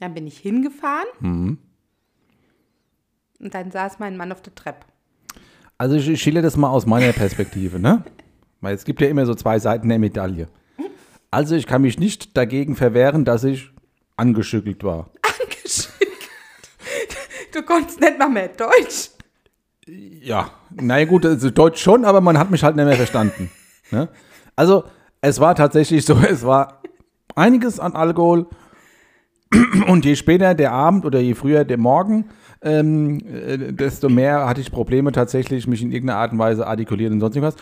Speaker 2: Dann bin ich hingefahren und dann saß mein Mann auf der Treppe.
Speaker 1: Also ich, ich schildere das mal aus meiner Perspektive, ne? Weil es gibt ja immer so zwei Seiten der Medaille. Also ich kann mich nicht dagegen verwehren, dass ich angeschüttelt war.
Speaker 2: Angeschickt. Du konntest nicht mal mehr Deutsch.
Speaker 1: Ja, na ja, gut, also Deutsch schon, aber man hat mich halt nicht mehr verstanden. ne? Also, es war tatsächlich so, es war einiges an Alkohol. Und je später der Abend oder je früher der Morgen, ähm, äh, desto mehr hatte ich Probleme tatsächlich, mich in irgendeiner Art und Weise artikulieren und sonst irgendwas.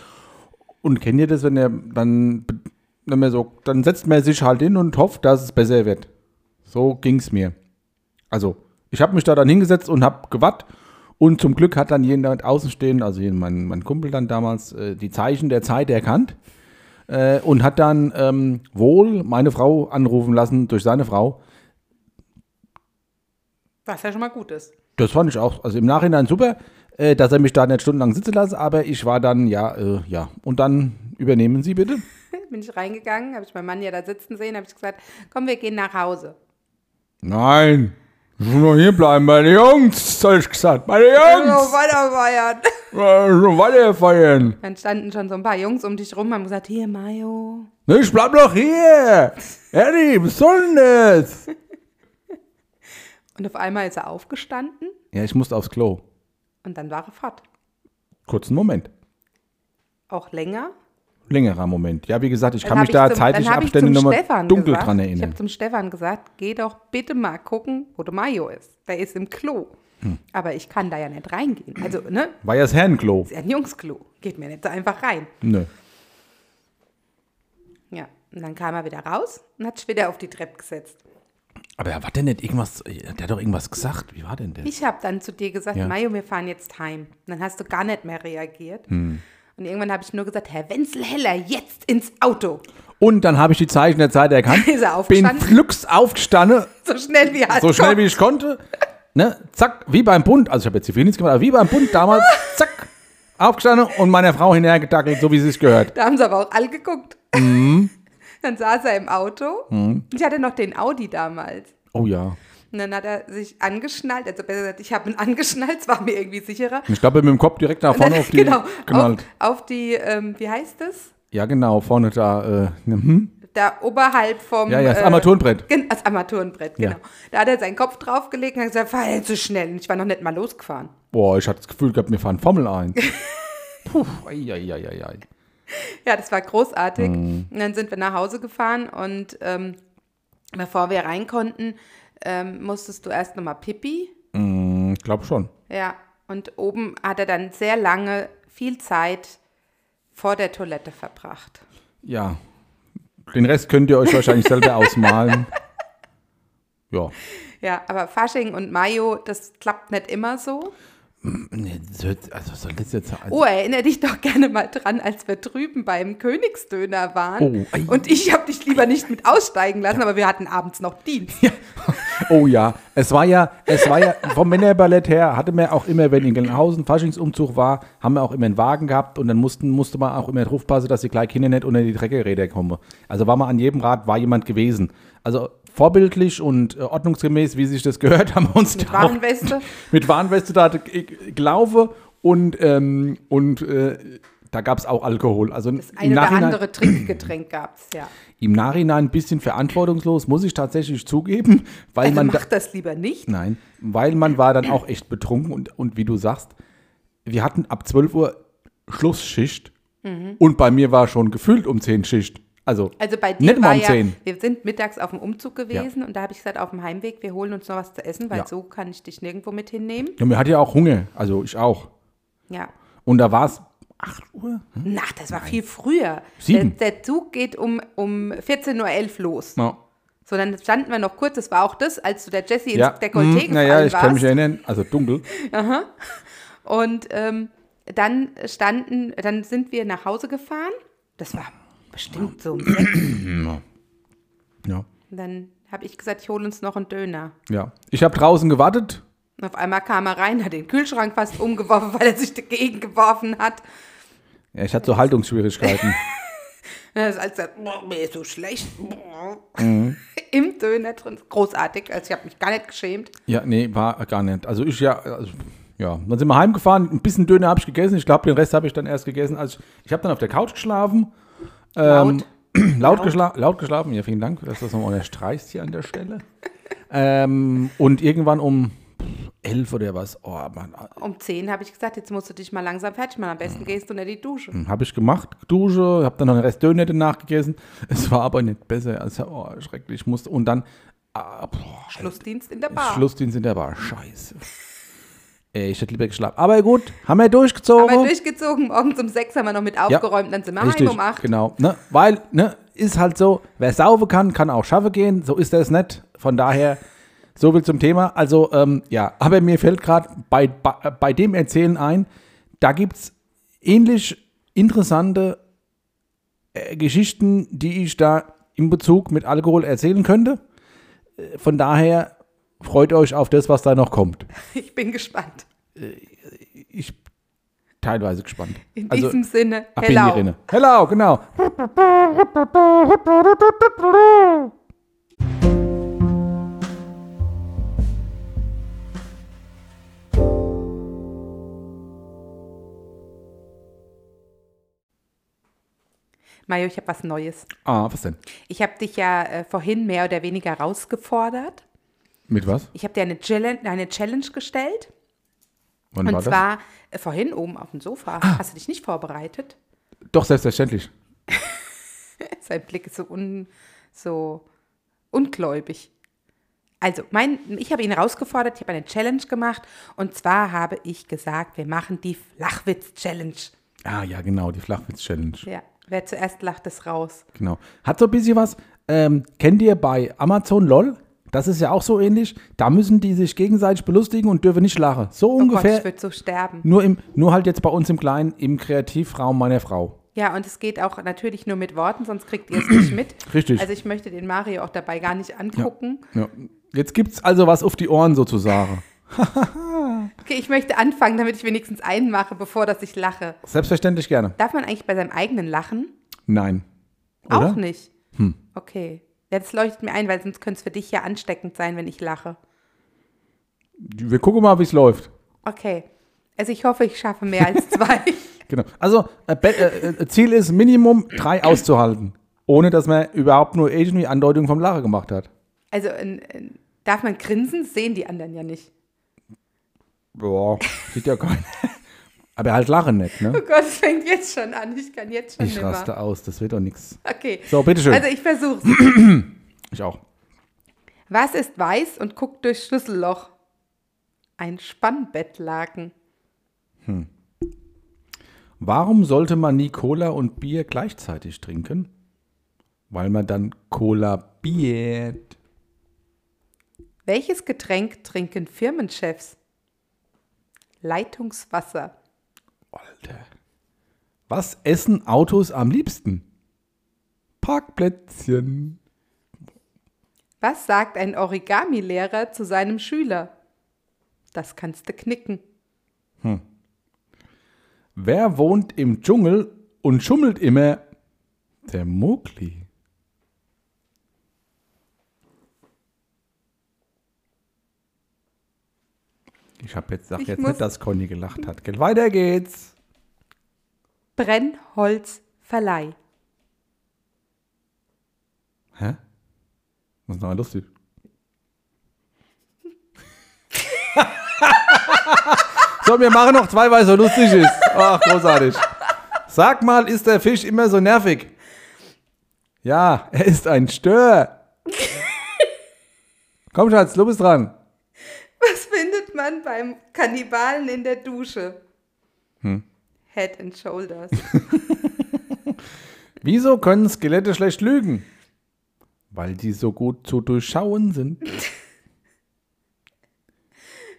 Speaker 1: Und kennt ihr das, wenn der dann, wenn man so, dann setzt man sich halt hin und hofft, dass es besser wird. So ging es mir. Also, ich habe mich da dann hingesetzt und habe gewatt. Und zum Glück hat dann jemand außenstehend, also hier mein, mein Kumpel dann damals, äh, die Zeichen der Zeit erkannt äh, und hat dann ähm, wohl meine Frau anrufen lassen durch seine Frau.
Speaker 2: Was ja schon mal gut ist.
Speaker 1: Das fand ich auch, also im Nachhinein super, äh, dass er mich da nicht stundenlang sitzen lassen, aber ich war dann, ja, äh, ja. Und dann übernehmen Sie bitte.
Speaker 2: Bin ich reingegangen, habe ich meinen Mann ja da sitzen sehen, habe ich gesagt, komm, wir gehen nach Hause.
Speaker 1: Nein, ich will noch hier bleiben, meine Jungs, hab ich gesagt, meine
Speaker 2: So
Speaker 1: Jungs,
Speaker 2: weiter feiern.
Speaker 1: äh, so weiter feiern.
Speaker 2: Dann standen schon so ein paar Jungs um dich rum, haben gesagt, hier, Mayo.
Speaker 1: Ne, ich bleib doch hier. Eddie, was soll denn das?
Speaker 2: Und auf einmal ist er aufgestanden
Speaker 1: Ja, ich musste aufs Klo.
Speaker 2: und dann war er fort.
Speaker 1: Kurzen Moment.
Speaker 2: Auch länger.
Speaker 1: Längerer Moment. Ja, wie gesagt, ich
Speaker 2: Dann
Speaker 1: kann mich
Speaker 2: hab
Speaker 1: da
Speaker 2: ich zum-
Speaker 1: zeitlich
Speaker 2: dann hab ich
Speaker 1: Abstände
Speaker 2: zum
Speaker 1: nochmal
Speaker 2: Stefan
Speaker 1: dunkel
Speaker 2: gesagt,
Speaker 1: dran
Speaker 2: Ich habe
Speaker 1: erinnern.
Speaker 2: zum Stefan gesagt, geh doch bitte mal gucken, wo der Mayo ist. Der ist im Klo.
Speaker 1: Hm.
Speaker 2: Aber ich kann da ja nicht reingehen. Also, ne?
Speaker 1: War ja das Herrenklo.
Speaker 2: Ist ja ein Jungsklo. Geht mir nicht so einfach rein.
Speaker 1: Nö.
Speaker 2: Ja. Und dann kam er wieder raus und hat sich wieder auf die Treppe gesetzt.
Speaker 1: Aber er war denn nicht irgendwas, der hat doch irgendwas gesagt. Wie war denn das?
Speaker 2: Ich habe dann zu dir gesagt,
Speaker 1: Ja.
Speaker 2: Mayo, wir fahren jetzt heim. Und dann hast du gar nicht mehr reagiert.
Speaker 1: Hm.
Speaker 2: Und irgendwann habe ich nur gesagt, Herr Wenzel Heller, jetzt ins Auto.
Speaker 1: Und dann habe ich die Zeichen der Zeit erkannt.
Speaker 2: Ist er
Speaker 1: bin
Speaker 2: aufgestanden? Also
Speaker 1: flugs aufgestanden,
Speaker 2: So schnell wie er
Speaker 1: so schnell wie ich konnte. Ne? Zack, wie beim Bund. Also ich habe jetzt hier viel nichts gemacht, aber wie beim Bund damals. Zack, aufgestanden und meiner Frau hinterhergedackelt, so wie sie es gehört.
Speaker 2: Da haben sie aber auch alle geguckt.
Speaker 1: Mhm.
Speaker 2: Dann saß er im Auto. Ich hatte noch den Audi damals.
Speaker 1: Oh ja.
Speaker 2: Und dann hat er sich angeschnallt, also besser gesagt, ich habe ihn angeschnallt, es war mir irgendwie sicherer.
Speaker 1: Ich glaube, mit dem Kopf direkt nach
Speaker 2: Und dann-
Speaker 1: vorne auf die
Speaker 2: genau,
Speaker 1: geknallt.
Speaker 2: auf, auf die, ähm, wie heißt das?
Speaker 1: Ja, genau, vorne da. Äh, ne, hm?
Speaker 2: Da oberhalb vom...
Speaker 1: Ja, ja, das
Speaker 2: äh,
Speaker 1: Armaturenbrett.
Speaker 2: gen- Das Armaturenbrett,
Speaker 1: Ja.
Speaker 2: genau. Da hat er seinen Kopf draufgelegt und hat gesagt, fahr nicht so schnell. Und ich war noch nicht mal losgefahren.
Speaker 1: Boah, ich hatte das Gefühl gehabt, mir fahren Formel 1. Puh, ei, ei, ei, ei, ei.
Speaker 2: Ja, das war großartig.
Speaker 1: Mhm.
Speaker 2: Und dann sind wir nach Hause gefahren und ähm, bevor wir rein konnten, ähm, musstest du erst nochmal Pipi.
Speaker 1: Hm, Ich glaube schon.
Speaker 2: Ja, und oben hat er dann sehr lange viel Zeit vor der Toilette verbracht.
Speaker 1: Ja. Den Rest könnt ihr euch wahrscheinlich selber ausmalen. Ja.
Speaker 2: Ja, aber Fasching und Mayo, das klappt nicht immer so.
Speaker 1: Nee, das hört- Also, was soll das jetzt sein?
Speaker 2: Oh, erinnere dich doch gerne mal dran, als wir drüben beim Königsdöner waren.
Speaker 1: Oh, ei.
Speaker 2: und ich habe dich lieber nicht mit aussteigen lassen, aber wir hatten abends noch Dienst.
Speaker 1: Oh ja, es war ja, es war ja vom Männerballett her hatte man auch immer, wenn in Gelnhausen Faschingsumzug war, haben wir auch immer einen Wagen gehabt und dann mussten, musste man auch immer drauf passen, dass die kleinen Kinder nicht unter die Treckerräder kommen. Also war man an jedem Rad war jemand gewesen. Also vorbildlich und äh, ordnungsgemäß, wie sich das gehört, haben wir uns
Speaker 2: Mit
Speaker 1: da auch
Speaker 2: Warnweste.
Speaker 1: mit Warnweste da ich glaube und ähm, und äh, da gab es auch Alkohol. Also
Speaker 2: Das eine oder andere Trinkgetränk gab es, ja.
Speaker 1: im Nachhinein ein bisschen verantwortungslos, muss ich tatsächlich zugeben, weil
Speaker 2: Also
Speaker 1: man da,
Speaker 2: macht das lieber nicht.
Speaker 1: Nein, weil man war dann auch echt betrunken und, und wie du sagst, wir hatten ab 12 Uhr Schlussschicht und bei mir war schon gefühlt um 10 Schicht. Also,
Speaker 2: Mhm. Also bei
Speaker 1: Nicht
Speaker 2: dir
Speaker 1: mal
Speaker 2: war
Speaker 1: um
Speaker 2: ja,
Speaker 1: 10.
Speaker 2: wir sind mittags auf dem Umzug gewesen und da habe ich gesagt, auf dem Heimweg, wir holen uns noch was zu essen, weil
Speaker 1: Ja.
Speaker 2: so kann ich dich nirgendwo mit hinnehmen.
Speaker 1: ja, mir hatte ja auch Hunger, also ich auch.
Speaker 2: Ja.
Speaker 1: Und da war es 8 Uhr? Hm?
Speaker 2: Na, das war viel früher.
Speaker 1: Sieben.
Speaker 2: Der, der Zug geht um, um 14.11 Uhr los.
Speaker 1: Ja,
Speaker 2: So, dann standen wir noch kurz, das war auch das, als du der Jesse ins
Speaker 1: ja.
Speaker 2: der Koltee
Speaker 1: Hm, naja, ich kann
Speaker 2: gefallen
Speaker 1: mich
Speaker 2: warst.
Speaker 1: erinnern, also dunkel.
Speaker 2: Und ähm, dann standen, dann sind wir nach Hause gefahren. Das war bestimmt so. um sechs.
Speaker 1: Ja,
Speaker 2: Und dann habe ich gesagt, ich hole uns noch einen Döner.
Speaker 1: ja. Ich habe draußen gewartet.
Speaker 2: Und auf einmal kam er rein, hat den Kühlschrank fast umgeworfen, weil er sich dagegen geworfen hat.
Speaker 1: Ja, ich hatte so Haltungsschwierigkeiten.
Speaker 2: Und er hat gesagt, boah, mir ist so schlecht. Boah.
Speaker 1: Mhm.
Speaker 2: Im Döner drin. Großartig. Also ich habe mich gar nicht geschämt.
Speaker 1: Ja, nee, war gar nicht. Also ich ja, also, ja. Dann sind wir heimgefahren, ein bisschen Döner habe ich gegessen. Ich glaube, den Rest habe ich dann erst gegessen. Also ich, ich habe dann auf der Couch geschlafen. Ähm, laut, geschla laut geschlafen. Ja, vielen Dank, dass du das nochmal unterstreichst hier an der Stelle. ähm, und irgendwann um, elf oder was. Oh, Mann.
Speaker 2: Um 10 habe ich gesagt, jetzt musst du dich mal langsam fertig machen. Am
Speaker 1: Mhm.
Speaker 2: besten gehst du unter die Dusche.
Speaker 1: Habe ich gemacht, Dusche, habe dann noch eine Rest Dönette nachgegessen. Es war aber nicht besser. Also, oh, schrecklich. Ich musste, und dann ah, boah,
Speaker 2: Schlussdienst in der
Speaker 1: Ah.
Speaker 2: Bar.
Speaker 1: Schlussdienst in der Bar. Scheiße. Ey, ich hätte lieber geschlafen. Aber gut, haben wir durchgezogen.
Speaker 2: Aber durchgezogen, morgens um 6 haben wir noch mit aufgeräumt, dann sind wir
Speaker 1: Richtig,
Speaker 2: heim um 8.
Speaker 1: genau. Ne? Weil, ne, ist halt so, wer saufen kann, kann auch schaffen gehen. So ist das nicht. Von daher, so viel zum Thema. Also, ähm, ja, aber mir fällt gerade bei, bei, bei dem Erzählen ein, da gibt es ähnlich interessante äh, Geschichten, die ich da in Bezug mit Alkohol erzählen könnte. Äh, Von daher freut euch auf das, was da noch kommt.
Speaker 2: Ich bin gespannt.
Speaker 1: Ich teilweise gespannt.
Speaker 2: In
Speaker 1: Also,
Speaker 2: diesem Sinne,
Speaker 1: Ab in die
Speaker 2: hello.
Speaker 1: Rinne. Hello, genau.
Speaker 2: Mario, ich habe was Neues.
Speaker 1: Ah, was denn?
Speaker 2: Ich habe dich ja äh, vorhin mehr oder weniger rausgefordert.
Speaker 1: Mit was?
Speaker 2: Ich habe dir eine Challenge, eine Challenge gestellt.
Speaker 1: Wann
Speaker 2: Und zwar äh, vorhin oben auf dem Sofa.
Speaker 1: Ah.
Speaker 2: Hast du dich nicht vorbereitet?
Speaker 1: das? Doch, selbstverständlich.
Speaker 2: Sein Blick ist so, un, so ungläubig. Also, mein, ich habe ihn herausgefordert, ich habe eine Challenge gemacht. Und zwar habe ich gesagt, wir machen die Flachwitz-Challenge.
Speaker 1: Ah, ja, genau, die Flachwitz-Challenge.
Speaker 2: Ja, wer zuerst lacht, ist raus. Oh
Speaker 1: Genau. Hat so ein bisschen was. Ähm, kennt ihr bei Amazon LOL? Das ist ja auch so ähnlich. Da müssen die sich gegenseitig belustigen und dürfen nicht lachen. So
Speaker 2: Oh Gott,
Speaker 1: ungefähr.
Speaker 2: ich würde so sterben.
Speaker 1: nur, im, nur halt jetzt bei uns im Kleinen, im Kreativraum meiner Frau.
Speaker 2: Ja, und es geht auch natürlich nur mit Worten, sonst kriegt ihr es nicht mit.
Speaker 1: Richtig.
Speaker 2: Also ich möchte den Mario auch dabei gar nicht angucken.
Speaker 1: Ja. Jetzt gibt's also was auf die Ohren sozusagen.
Speaker 2: Okay, ich möchte anfangen, damit ich wenigstens einen mache, bevor dass ich lache.
Speaker 1: Selbstverständlich gerne.
Speaker 2: Darf man eigentlich bei seinem eigenen lachen?
Speaker 1: Nein. Oder? Hm.
Speaker 2: Auch nicht. Okay. Ja, das leuchtet mir ein, weil sonst könnte es für dich ja ansteckend sein, wenn ich lache.
Speaker 1: Wir gucken mal, wie es läuft.
Speaker 2: Okay. Also ich hoffe, ich schaffe mehr als zwei.
Speaker 1: Genau. Also äh, be- äh, äh, Ziel ist Minimum drei auszuhalten, ohne dass man überhaupt nur irgendwie Andeutung vom Lachen gemacht hat.
Speaker 2: also ein- ein- darf man grinsen? Sehen die anderen ja nicht.
Speaker 1: Boah, sieht ja keiner. Aber halt lachen nicht, ne?
Speaker 2: Oh Gott, es fängt jetzt schon an. Ich kann jetzt schon
Speaker 1: Ich
Speaker 2: nimmer.
Speaker 1: raste aus, das wird doch nichts.
Speaker 2: Okay.
Speaker 1: So, bitteschön.
Speaker 2: Also ich versuch's.
Speaker 1: Ich auch.
Speaker 2: Was ist weiß und guckt durch Schlüsselloch? Ein Spannbettlaken.
Speaker 1: Warum sollte man nie Cola und Bier gleichzeitig trinken? Weil man dann Cola biert.
Speaker 2: Welches Getränk trinken Firmenchefs? Leitungswasser.
Speaker 1: Alter. Was essen Autos am liebsten? Parkplätzchen.
Speaker 2: Was sagt ein Origami-Lehrer zu seinem Schüler? Das kannst du knicken.
Speaker 1: Wer wohnt im Dschungel und schummelt immer? Der Mogli. Ich habe jetzt, sag
Speaker 2: Ich
Speaker 1: jetzt
Speaker 2: muss-
Speaker 1: nicht, dass Conny gelacht hat. Gell? Weiter geht's.
Speaker 2: Brennholzverleih.
Speaker 1: Hä? Das ist noch lustig. so, wir machen noch zwei, weil es so lustig ist. Ach, großartig. Sag mal, ist der Fisch immer so nervig? Ja, er ist ein Stör. Komm, Schatz, du bist dran.
Speaker 2: Was findet man beim Kannibalen in der Dusche? Head and Shoulders.
Speaker 1: Wieso können Skelette schlecht lügen? Weil die so gut zu durchschauen sind.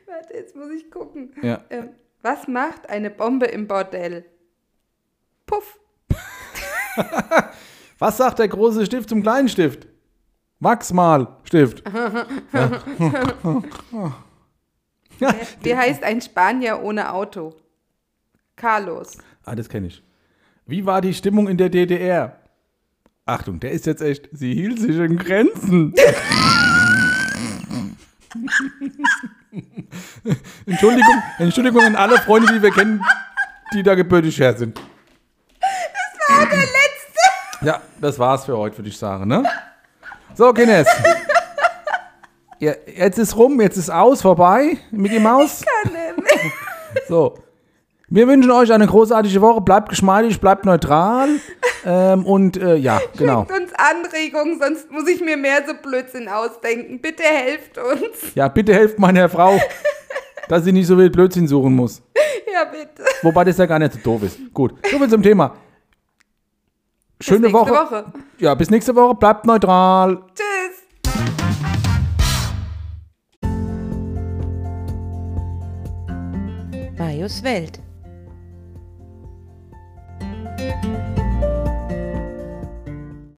Speaker 2: Warte, jetzt muss ich gucken.
Speaker 1: Ja.
Speaker 2: Ähm, was macht eine Bombe im Bordell? Puff.
Speaker 1: Was sagt der große Stift zum kleinen Stift? Wachsmalstift.
Speaker 2: Wie heißt ein Spanier ohne Auto? Carlos.
Speaker 1: Ah, das kenne ich. Wie war die Stimmung in der DDR? Achtung, der ist jetzt echt. Sie hielt sich in Grenzen. Entschuldigung, Entschuldigung an alle Freunde, die wir kennen, die da gebürtig her sind. Das war der letzte. Ja, das war's für heute, würde ich sagen, ne? So, Guinness. Ja, jetzt ist rum, jetzt ist aus, vorbei. Mickey Maus. So. Wir wünschen euch eine großartige Woche. Bleibt geschmeidig, bleibt neutral. Ähm, und äh, ja, genau.
Speaker 2: Schickt uns Anregungen, sonst muss ich mir mehr so Blödsinn ausdenken. Bitte helft uns.
Speaker 1: Ja, bitte helft meiner Frau, dass sie nicht so viel Blödsinn suchen muss.
Speaker 2: Ja, bitte.
Speaker 1: Wobei das ja gar nicht so doof ist. Gut, soviel zum Thema. Schöne
Speaker 2: Bis nächste
Speaker 1: Woche.
Speaker 2: Woche.
Speaker 1: Ja, bis nächste Woche. Bleibt neutral.
Speaker 2: Tschüss.
Speaker 3: Marius Welt.